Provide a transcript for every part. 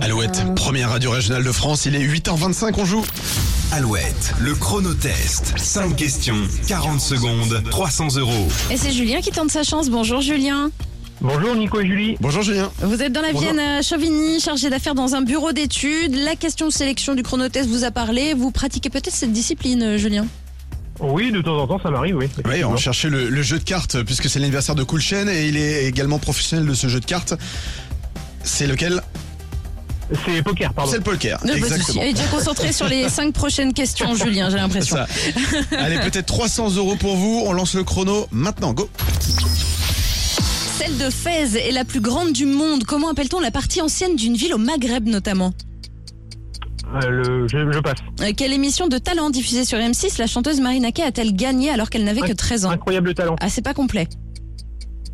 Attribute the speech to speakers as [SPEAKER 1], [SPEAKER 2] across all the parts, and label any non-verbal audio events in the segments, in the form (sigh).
[SPEAKER 1] Alouette, première radio régionale de France, il est 8h25, on joue.
[SPEAKER 2] Alouette, le chronotest. 5 questions, 40 secondes, 300 euros.
[SPEAKER 3] Et c'est Julien qui tente sa chance. Bonjour Julien.
[SPEAKER 4] Bonjour Nico et Julie.
[SPEAKER 1] Bonjour Julien.
[SPEAKER 3] Vous êtes dans la
[SPEAKER 1] Bonjour.
[SPEAKER 3] Vienne à Chauvigny, chargé d'affaires dans un bureau d'études. La question sélection du chronotest vous a parlé. Vous pratiquez peut-être cette discipline, euh, Julien
[SPEAKER 4] Oui, de temps en temps, ça m'arrive, oui.
[SPEAKER 1] Oui, on cherchait le, le jeu de cartes puisque c'est l'anniversaire de Cool Chain et il est également professionnel de ce jeu de cartes. C'est lequel
[SPEAKER 4] C'est poker, pardon.
[SPEAKER 1] C'est le poker.
[SPEAKER 3] Non, pas de souci.
[SPEAKER 1] Exactement.
[SPEAKER 3] Elle est déjà concentré sur les cinq
[SPEAKER 1] (laughs)
[SPEAKER 3] prochaines questions, Julien, j'ai l'impression.
[SPEAKER 1] Ça. Allez, peut-être 300 euros pour vous. On lance le chrono maintenant. Go.
[SPEAKER 3] Celle de Fès est la plus grande du monde. Comment appelle-t-on la partie ancienne d'une ville au Maghreb notamment
[SPEAKER 4] Euh, le- je, je passe.
[SPEAKER 3] Euh, Quelle émission de talent diffusée sur M6 la chanteuse Marina Kaye a-t-elle gagné alors qu'elle n'avait que 13 ans
[SPEAKER 4] Incroyable talent.
[SPEAKER 3] Ah, c'est pas complet.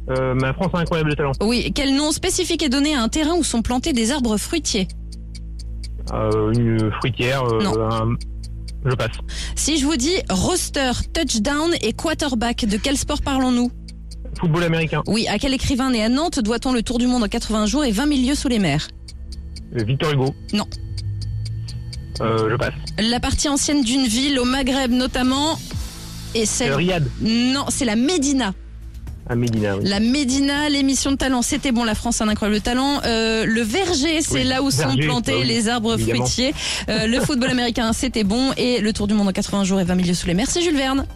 [SPEAKER 4] Euh, ma France a incroyable talent.
[SPEAKER 3] Oui, quel nom spécifique est donné à un terrain où sont plantés des arbres fruitiers
[SPEAKER 4] Euh, une fruitière. euh,
[SPEAKER 3] Non.
[SPEAKER 4] un- Je passe.
[SPEAKER 3] Si je vous dis roster, touchdown et quarterback, de quel sport parlons-nous
[SPEAKER 4] Football américain.
[SPEAKER 3] Oui, à quel écrivain né à Nantes doit-on le tour du monde en 80 jours et 20 000 lieues sous les mers
[SPEAKER 4] Euh, Victor Hugo.
[SPEAKER 3] Non.
[SPEAKER 4] Euh, je passe.
[SPEAKER 3] La partie ancienne d'une ville, au Maghreb notamment, et
[SPEAKER 4] Euh,
[SPEAKER 3] celle...
[SPEAKER 4] Riyad.
[SPEAKER 3] Non, c'est la Médina.
[SPEAKER 4] À Médina, oui.
[SPEAKER 3] La Médina, l'émission de talent, c'était bon, la France a un incroyable talent. Euh, le verger, c'est
[SPEAKER 4] Oui,
[SPEAKER 3] là où sont
[SPEAKER 4] verger,
[SPEAKER 3] plantés
[SPEAKER 4] bah oui,
[SPEAKER 3] les arbres
[SPEAKER 4] évidemment.
[SPEAKER 3] fruitiers. Euh, le football américain, c'était bon. Et le tour du monde en 80 jours et 20 000 lieues sous les mers, c'est Jules Verne.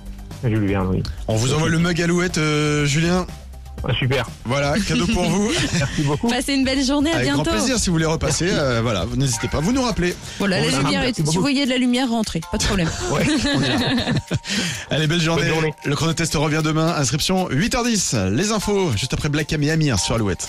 [SPEAKER 4] Jules Verne, oui.
[SPEAKER 1] On vous envoie le mug Alouette, euh, Julien.
[SPEAKER 4] Ah, super.
[SPEAKER 1] Voilà, cadeau pour vous.
[SPEAKER 4] Merci beaucoup.
[SPEAKER 3] Passez une belle journée, (laughs) à
[SPEAKER 1] Avec
[SPEAKER 3] bientôt.
[SPEAKER 1] grand plaisir si vous voulez repasser. euh, voilà, n'hésitez pas. Vous nous rappelez.
[SPEAKER 3] Voilà,
[SPEAKER 1] On
[SPEAKER 3] la
[SPEAKER 1] vous
[SPEAKER 3] lumière,
[SPEAKER 4] embrasse,
[SPEAKER 3] est-
[SPEAKER 4] beaucoup.
[SPEAKER 3] tu voyais de la lumière rentrer, pas de problème.
[SPEAKER 1] Allez, belle journée.
[SPEAKER 4] Bonne journée.
[SPEAKER 1] Le chronotest revient demain. Inscription 8h10. Les infos, juste après Black Cam et Amir sur Alouette.